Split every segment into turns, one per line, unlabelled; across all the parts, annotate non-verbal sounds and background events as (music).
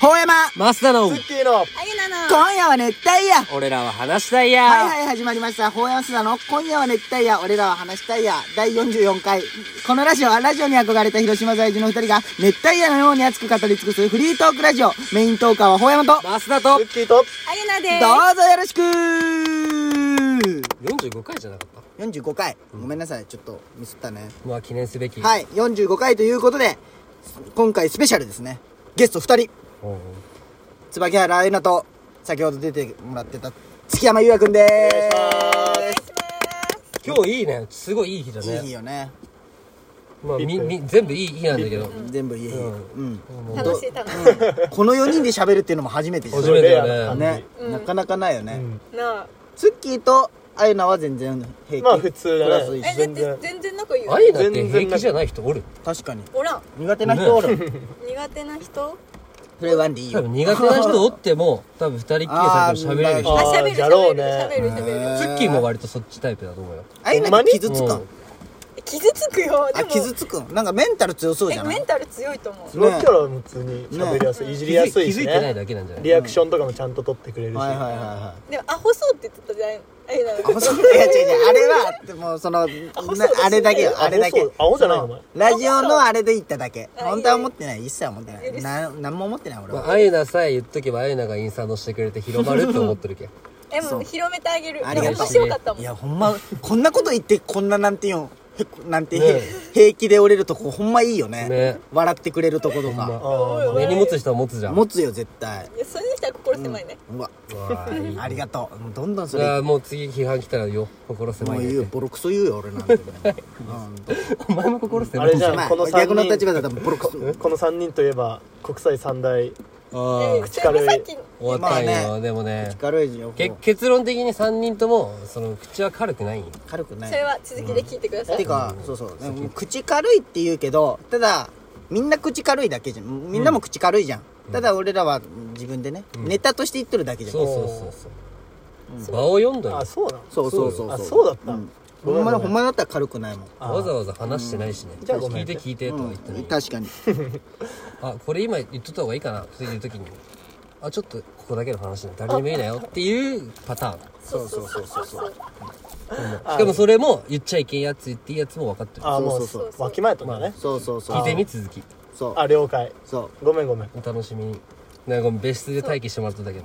ほうやま
マスターの
スッキーの
あゆなの。
今夜は熱帯夜
俺らは話したいや、
はいはい、始まりました。ホーヤンスダの今夜は熱帯夜、俺らは話したいや、第44回。このラジオはラジオに憧れた広島在住の二人が熱帯夜のように熱く語り尽くすフリートークラジオ。メイントーカーはホーヤマと、ど
マスターと
スッキーと
あゆなで
うぞよろしく
45回じゃなかっ
!45 回。ごめんなさい、ちょっとミスったね。
たまあ記念すべきい
はい、45回ということで、今回スペシャルですね。ゲスト二人、椿原愛菜と、先ほど出てもらってた月山優也くんで
今日いいねすごいいい日だ
す。いい
ね
よね。
まあみみ全部いい日なんだけど、
全部いい。
うん
うん
もう
楽しい楽し
この4人で喋るっていうのも初めてじゃん
初めてだよね
ね、なかなかないよね、
い。なあ。
ツッキーとあゆなは全然平気
まあ普通だね
クラス一
え、だ
緒
って全然仲いいよ
あ。りだって平気じゃない人おる
確かに
おらん。
苦手な人おる、
苦手な人
それワンでいい
多
よ
分苦手な人おっても多分二人っきりさ喋れる
あ、
人
あー
喋る
じゃろ
喋
う
る
ね
喋る喋る。
ツッキーも割とそっちタイプだと思うよ
あゆな
ほんま
って
に
傷つくん、
うん
傷つくよ。で
あ
も、
傷つくんなんかメンタル強そうじ
え、
ゃな
メ
い
ンタル強いと思う。
そのキャラは普通に喋りやすい、いじりやすい
気づ
し
いてない
ね
だけなんじゃない
リアクションとかもちゃんと取ってくれるし、
はいはいはいは
でも、アホそうって言ってたじゃん。あゆなの。
いあそういや違う違うあれはでもその
そう
なあれだけよ
あ
あれだけ
そう青じゃないお前
ラジオのあれで言っただけ
あ
本当は思ってない一切思ってな
許
い
す
な何も思ってない俺
ま
は
ああゆなさえ言っとけばあゆながインスタのしてくれて広まるって思ってるけん
え、もう広めてあげる。
あ
で
り
も
がとう
面白かったも
い
ん。
やほんまこんなこと言ってこんななんていうんへこなんて、
ね
平気で折れるとこほんまいいよね
ね
笑ってくれるとこと
ま
か、
あ根に持つ人は持つじゃん
持つよ絶対
いや、それにしたら心狭いね。
うわ
うわーいい
ありがとうもうどんどんそ
いや
れ
ーもう次批判来たらよ心
も
狭
う
い
言う
ね
よボロクソ言うよ俺なんてもう、
お前も心狭い
あれじゃ
うん、
ん
まあ
この三
逆の
人
立場だったらボロクソ
この3人といえば国際三大
あ
え
ー
それもさっき、
終わったんよ、
まあね
でもね
軽いじゃん
け結論的に3人ともその口は軽くないんよ
軽くない
それは続きで聞いてくださ
て
い。
か、そうそうでも口軽いって言うけどただみんな口軽いだけじゃんみんなも口軽いじゃん、ただ俺らは自分でね、ネタとして言っとるだけじゃん
そうそうそうそう、場を読んだよ
あそうなの
そうそうそう
あそうだった、
ん
ご
ほ
め
ん
ん
まだ
ごめ
ほ
ん
んまだったら軽くないもん
あー
わざわざ話してないしね、
じゃあご
聞
め
い
ん
て聞いてとは言ったのに、
確かに
あこれ今言っとった方がいいかなっていう時にあちょっとここだけの話ね誰にも言えないよっていうパターン
そうそうそうそうそう。
しかもそれも言っちゃいけんやつ言っていいやつも分かってる
あーもう
そうそう
そう
わきまえとかね、
そうそうそう
聞いてみ続き
そう
あ了解
そう
ごめんごめん
お楽しみになんかごめん別室で待機してもらったんだけど、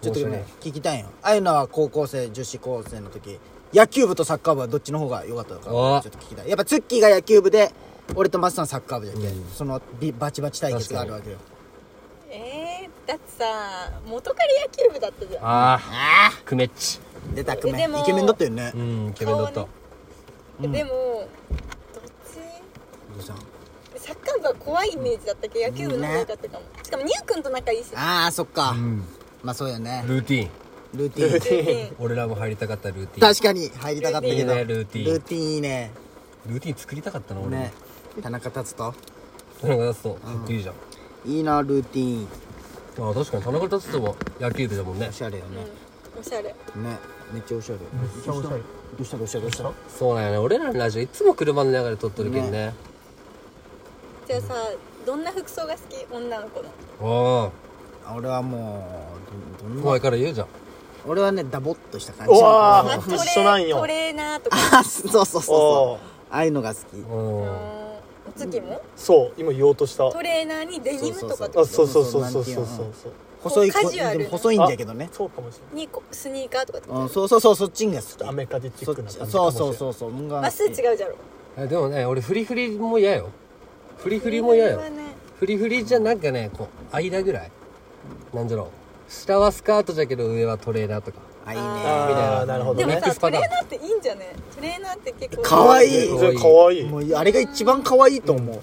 ちょっとご
申し訳
め
なんい
聞きたいんよあゆなは高校生女子高生の時野球部とサッカー部はどっちの方が良かったのかち
お
ょっと聞きたいやっぱツッキーが野球部で俺とマスさんサッカー部じゃんけ、そのビバチバチ対決があるわけよ
えー、だってさ、元カレ野球部だったじゃん。
ああクメッチ
出たくめ
でも
イケメンだったよね、
うんイケメンだった、
顔ねでも、どっち
お父さん
サッカー部は怖いイメージだったけど野球部の方が良かったかも、しかもニュー君と仲いいし
ああそっか、
ん
まあそうよね
ルーティン
ルーティーン
で
俺らも入りたかったルーティン
確かに入りたかった
い
け
い
ど
ねルーティン
ルーティーンいいね
ルーティン作りたかったな俺も
ね田中達人
田中達人かっこいいじゃん、
いいなルーティーン
ああ確かに田中達人も野球部だもんね
おしゃれよね、
おしゃれ
ねめっちゃおしゃれど
どうした
うしたどうしたどうした
そうなんよね俺らのラジオいつも車の中で撮っとるけんね
じゃあさどんな服装が好き女の子の
ああ
俺はもうどどんな
前から言うじゃん
俺はねダボっとした感
う
じ
わ
あ
ー
トレ
一緒なん
ト
よ
レーナーとか
あ (laughs) そうそうそう
(laughs) お
そ
ー
うああいうのが好き
うん
お月も
そう今言おうとしたあ
トレーナーにデニムとかって
う
こ
そうそうそうそうそ
な
うそう
んていうの
そう
細い
こうカジュアル
で
な
も細いんだけどね
あそうかもしれない
とにこスニーカーとかってこ
うんそうそうそうそっちが
ア
好き
メカジチ
そ
ッ
っ
クな
ち
感じか
そ
も
う
しれ
そう
ない
そうそうもんが好
とま
き
っすぐ違うじゃろ
えでもね俺フリフリも嫌よフリフリも嫌よ
これはね
フリフリじゃなんかねこう間ぐらいなんじゃろう下はスカートじゃけど上はトレーナーとか
あいいね
あ
みたいな
ーなるほ
で
ど
も
ミ
ね
ック
さ
スパ
ト
タ
レ
ーン
ーナーっていいんじゃねトレーナーって結構
かわいい
全然かわいい
もうあれが一番可愛いと思う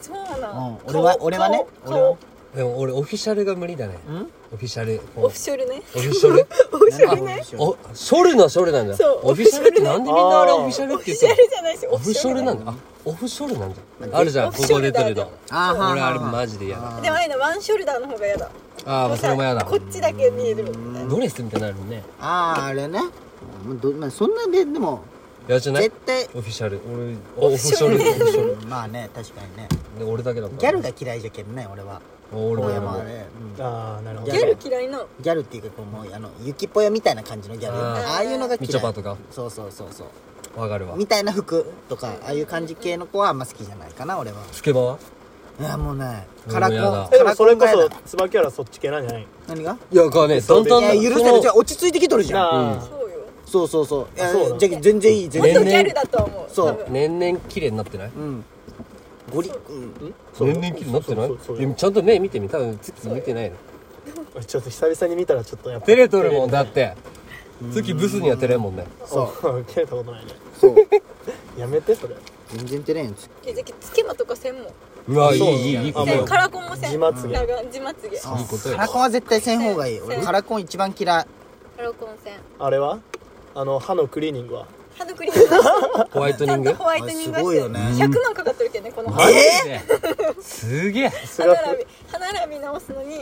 そうな
うん
の、
俺は俺はね俺は
顔
でも俺オフィシャルが無理だねオフィシャル
オ
オ
フショルね
フィシャル
オフショルね
ね
おショルのショルなんだ
そう
オフィシャルってなんでみんなあれオフィシャル
オ
っ
フ
て
ィ
言った
シャ
の
ルじゃないしオ
オ
フ
フシ
ショ
ョ
ル
ル
な
なん
の
だあオフショルなんだあるじゃん
オ
こ
フショ
こで
ルダ
撮
ー
るの
あーはーはー
俺あれマジで嫌だ
でもああいうのワンショルダーの方が嫌だ
ああもうそれも嫌だ
こっちだけ見えるみたいな
ドレスみたいになるもんね
あああれねうんどまあそんなででも
いやじゃない
絶対
オフィシャル俺オフショルオフショル
まあね確かにね
で俺だけだもん
ギャルが嫌いじゃけんね俺は
俺も
小
や
山
も
は
う
ね、うん
ああなるほど
ギャル嫌いな
ギャルっていうかこうもうあの雪ぽよみたいな感じのギャル
あ
ー
ああいうのが嫌い
みちょぱとか
そうそうそうそう
わかるわ
みたいな服とかああいう感じ系の子はあんま好きじゃないかな俺は
スケバは
あもうない
俺も
カラコン
嫌だ
えでもそれこ
カラコンが嫌
そ
だ
椿原そっち系なんじゃない
何が
いやかねだ
そ
ん
う
だん
いや許せるじゃあ落ち着いてきとるじゃん
なあ
そうよ
そうそうそういや
そうだ
じゃあ全然いい全
もっ
然
と
いい
ギャルだと思う
そう
多分
年々綺麗になってない
うんゴリうん
そう
年々綺麗になってない
そうそうそう
いやちゃんと目見てみ多分月見てないの
ちょっと久々に見たらちょっとやっぱ
照れとるもんだって月ブスには照れんもんね
そう
照れたことないね
そう
(laughs) やめてそれ
全然照れんつ
えじゃあつけまとかせんもん
うわいい
そう
いいいいこと
あ
せ
も
ん
よ
う
カラコンもせん
自まつげ
長自まつげ
あ
いいこと
カ
よ
ラコンは絶対せん方がいい
せん
俺カラコン一番嫌い
カラコンせん
あれはあの歯のクリーニングは
ハンドクリームち
ホワイトニ
ゃ
ン
んと
グ
ホワイトニングは
あすごいよね
して100万かかってるけどねこの歯
えすげえ
そ
歯
れは
並び歯並び直すのに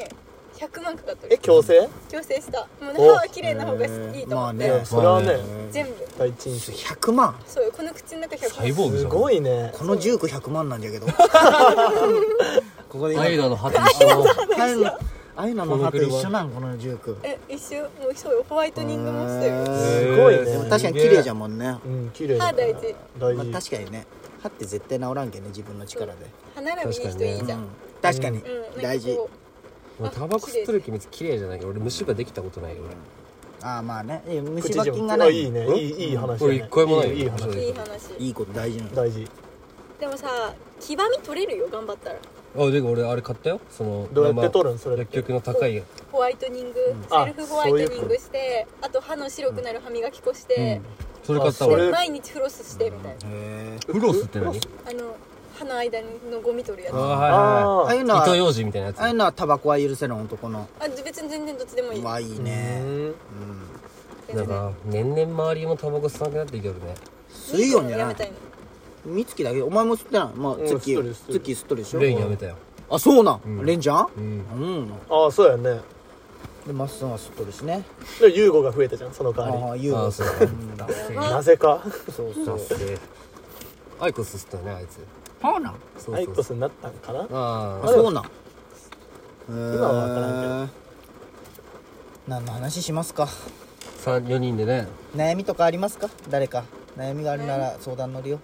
100万かかってる
え矯正
矯正したもうね歯
お
は綺麗な方がいいと思って、
えーまあね
それはね
全部
第一印象
100万
そうよこの口の中100
サ
万
イボーグじ
す
ゃん
ごいね
この10区100万なんじゃけどこ (laughs) こで
アイ
今
ナの歯と一緒の
あゆなあゆなの歯と一緒なんこの10区
え一瞬もうそうよホワイトニングもした
へ
よ
ー
すごいね
でも確かに綺麗じゃ
ん
んもんね、ま
うん綺麗だ
歯大事
大
あ、
事
確かにね歯って絶対治らんけんね自分の力で、
歯並びいい人いいじゃん、
うん確かに、
うんなんかこう
大事
俺タバコ吸っとる気別に綺麗じゃないけど俺虫歯できたことないよ俺
ああまあねいや
口
虫
じゃ
歯
ん
菌がない
いいね
うん
いいいい話だ
俺
ね
一回もないよ
いい話
いい話
いいこと大事なの
大事
でもさ黄ばみ取れるよ頑張ったら
あでも俺あれ買ったよその
どうやって取るんそれ
薬局の高いやつ
ホワイトニング、
あ
セルフホワイトニングしてあと歯の白くなる歯磨き粉して、
それ買った
あそ
俺
れ
毎日フロスしてみたいな、
へえ
フロスって何
あの歯の間のゴミ取るやつ
あ
あ
は
ああいう
い
の
はい糸
は
ようじみたいなやつ
ああいうのはタバコは許せない男の
別に全然どっちでもいいう
わいいね
ね
うん
全
なん
然
か年々周りもタバコ吸わなくなってきてるね
吸いよんじ
や
ゃな
めた
い
いの
みつきだけお前も吸ってないまあ
ん
月
吸っとる吸っとる
月吸っとるでしょ
レインやめたよ
あそうなん、
ん
レンジャ
う
ー
ん
うん
ああそうやね
でマッスンは吸っとるしね
でユーゴが増えたじゃんその代
あ
わ
あ言う
あ
わ
あ
そ
そううだ
りなぜか
そう
だってアイコス吸ったよねあいつ
そうなん
そ
ア
う
イ
そう
コ
そう
スになったんかな
あ
あ
あ
そうなん
今は分から
んけど何の話しますか
三四人でね
悩みとかありますか誰か悩みがあるなら相談乗るよ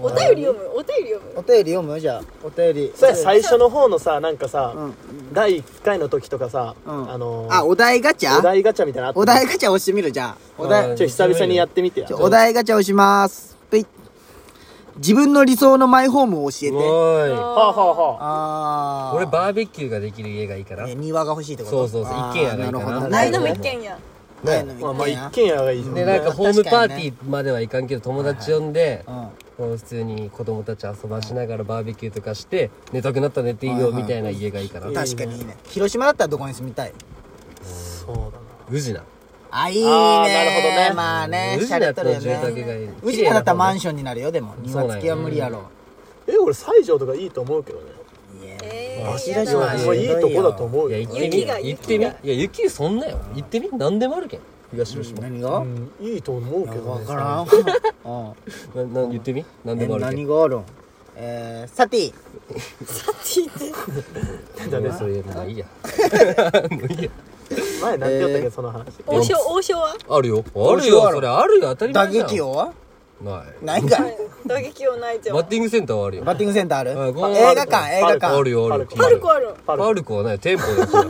お便り読むお便り読む
お便り読むじゃあお便り
それ最初の方のさなんかさ、
うん
第1回の時とかさ、
うん
あのー
あお題ガチャ
お題ガチャみたいなのあった
お題ガチャ押してみるじゃあお
う
題
ん
ちょ久々にやってみてや
ちょお題ガチャ押しますぷい自分の理想のマイホームを教え
お
て
ーい
はあ、はあはあ
ああ
俺バーベキューができる家がいいから
ね庭が欲しいってこと
そうそうそう
あー
一軒家がいいかな
るほど
な
ないい
の
の
も
も
一軒や
ないの
まあ
も
まあ
一軒
一
家
軒家がいいじゃん、
でなんかホームパーティーまではいかんけど友達呼んで
うん
こう普通に子供たち遊ばしながらバーベキューとかして寝たくなったら寝ていいよみたいな家がいいかな
確かにいいね広島だったらどこに住みたい
そうだな
宇品
あいいね
あーなるほどね
まあねシ
宇
ャ
品
レ
だ
っと
と
るよ
住
ね
宅がいい
宇治田だったらマン
シ
ションになるよでも庭付きは無理やろ
え俺西条とかいいと思うけどね
いや
え
わし
ー
らじゃない
もういいとこだと思う
いや
よ
行ってみ
雪が
行ってみい
雪
や雪そんなよ行ってみ何でもあるけん東広島
何
う
が
んいいと思うけど
分
ね
からんうん
なな言ってみ何で
え
もあるけ
何
ん
があるんえーサティ
じゃあね
もうそれまあい
(laughs)
いやもういいや
前何て言ったっけその話
王将王将は
あるよある
あ
よ
る
それあるよ当たり
打
前じゃん
撃王は
ない
ないんかい
打撃をないじゃん
バッティングセンターはあるよ
バッティングセンターある
はいこの
映画館映画
パ
ある
館
よあるよ
パルコ
パルコある
パル
パルコはね店舗だよそれ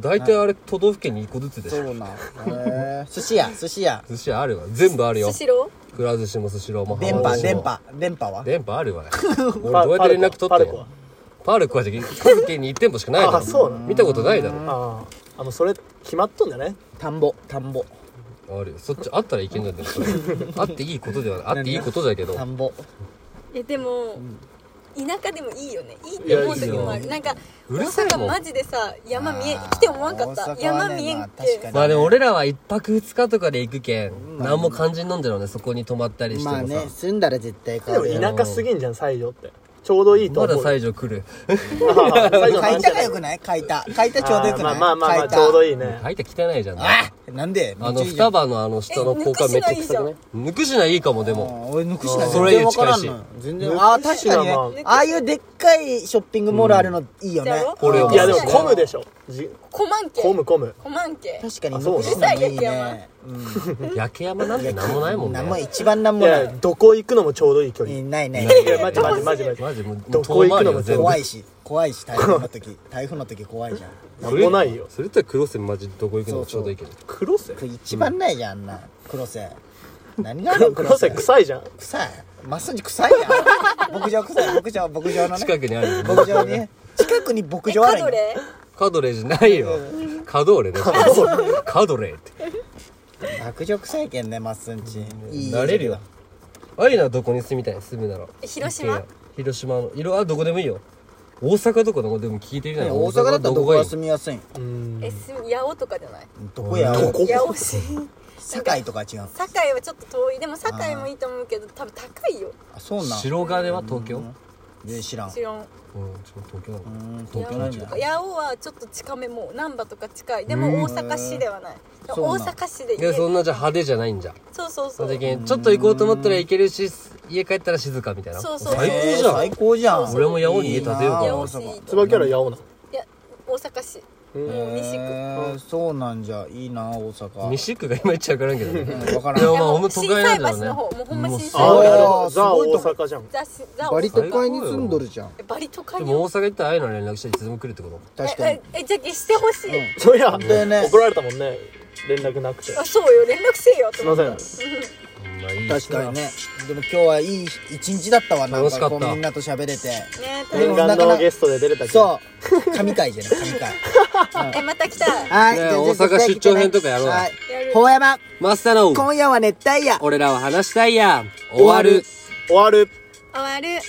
大体あれ都道府県に1個ずつでし
そ
ょ
うなんえー寿司屋寿司屋
寿司屋あるわ全部あるよ
スシロ
くら寿司も寿司ローも
電
はま
波
寿司
電
も
波電波は
電波あるわ俺
パ
どうやって連絡取った
パルコは
のパルコはじゃ各県に1店舗しかないだろ
あそうなの
見たことないだろ
あああのそれ決まっとんじゃね
田んぼ田んぼ
あるよそっちあったらいけんじゃんでもそれあっていいことではないあっていいことだけど
田んぼ
ーいやでも田舎でもいいよねいいって思う時もあ
いやいい
る
よ
なんか
うるさい
大
も
阪
ん
マジでさ山見え
あー
来て思わんかっ
大
た
阪はね
山見えんっ
まあ確か
て
に
まあでも俺らは1泊2日とかで行くけん何も肝心なんだろうねそこに泊まったりして
まあ
もさ
ね住んだら絶対変
で
わ
も
るよ
田舎すぎんじゃん西条ってちょうどいいと
ま
思
だ
う
西条来る
ああ西条の
書い
話
た
だ
がよくない書いた書いたちょうどよくない
ああまあまあまあまあ
書いた
ちょうどいいね
入った汚いじゃん
あなんで
あ
めっ
の、
ちゃい
双
いじゃん
葉のあの下の交換めっちゃ臭くない抜くしないいかも、でも。
あー俺抜くしな
あ
い
ーそれより近いし
全然わからんのよ全
抜く
然
し
あ
な
あ確かにね
ま
あ
ああいうでっかいショッピングモールあるのいいよね
じゃあ
これを
いやでも
そう
混むでしょじ
こまんけ
混む混む
こまんけ
確かに
あそ
抜
う
くしないのいい
小さい
ね
焼け山なんてなんもないもんね。
何も一番なん
い
もない
やどこ行くのもちょうどいい距離
い
い
ないない
やマジマジマジマジ
マジもう、
どこ行くの
遠回りよ
も
全部
怖いし怖いし台風の時 (laughs) 台風の時怖いじゃん
なんもないよ
それ言ったら黒瀬マジどこ行くのもちょうどいいけど。
黒瀬
これ一番ないじゃんあんな黒瀬何がある
(laughs)
の
黒瀬臭いじゃん
臭いマッサージ臭いやん (laughs) 牧場臭い牧場牧場のね
近くにあるよ
牧場
(laughs)
に近くに牧場あ
カ
るん
ド
や
レ
カドレーじゃないよ。カドーレでしょ。カドレーって。
牧場臭いけんねマッスンちいい
なれるよアイナはどこに住みたい住むなら
広
一軒
島
家広島の色はどこでもいいよ大阪とかでもでも聞いてみ
い
たい
や
な
大阪だったらどこ
がい
が
い
住みやすいん
うん
えす八尾とかじゃない
どこや
どこ
八尾市
堺とか違う
堺はちょっと遠いでも堺もいいと思うけど多分高いよ
あそうなん
白金は東京うん
全然知らん
知らん
ちょっと東京なの
う
か
ーん東京
八
なん
尾
じ
と
ゃ
か
ない
八尾はちょっと近めもう難波とか近いでも大阪市ではない大
そうなん
阪市で
いやそんなじゃ
は
派手じゃないんじゃ
そうそう
そ
そうう
だけんちょっと行こうと思ったら行けるし家帰ったら静かみたいな
そうそう
最高じ
えー最
ゃ
高じゃん
ん俺も八尾に家建てよう
いい
かな
な
八
あ
尾市い
椿原八尾な
や大阪市
うん
もう西区
えーそうなんじゃいいな大阪
西区がいまいちわからんけどね
うんわから
で
ん
もまあほんと都
震
会なん
災
だろう
橋
ね
の方もうほんま震
あー
災
ああれあれ
す
ザ
ごい
大
とこ
阪じゃん
ザシザ
バリ
大阪
都会に住んどるじゃん
えバリ都会
で
よ
も大阪行ったらアイナに連絡していつでも来るってこと
確か
え
に
ええじゃけしてほしい
そういや
だよね
怒られたもんね連絡なくて
あそうよ連絡せえよ
す
と
い
思
ま
って
せん
まあいい
確かにねでも今日はいい一日だったわなん
楽しか
かこ
った
うみんなと喋れて
ねえ
念願のゲストで出れたけど
そう神回じゃない神回
えまた来たい
はい
ね
じゃあ
大阪出張編とかやろう
はい
やる
ほうやま
マスターの
今夜は熱帯夜
俺らは話したいや終わる
終わる
終わる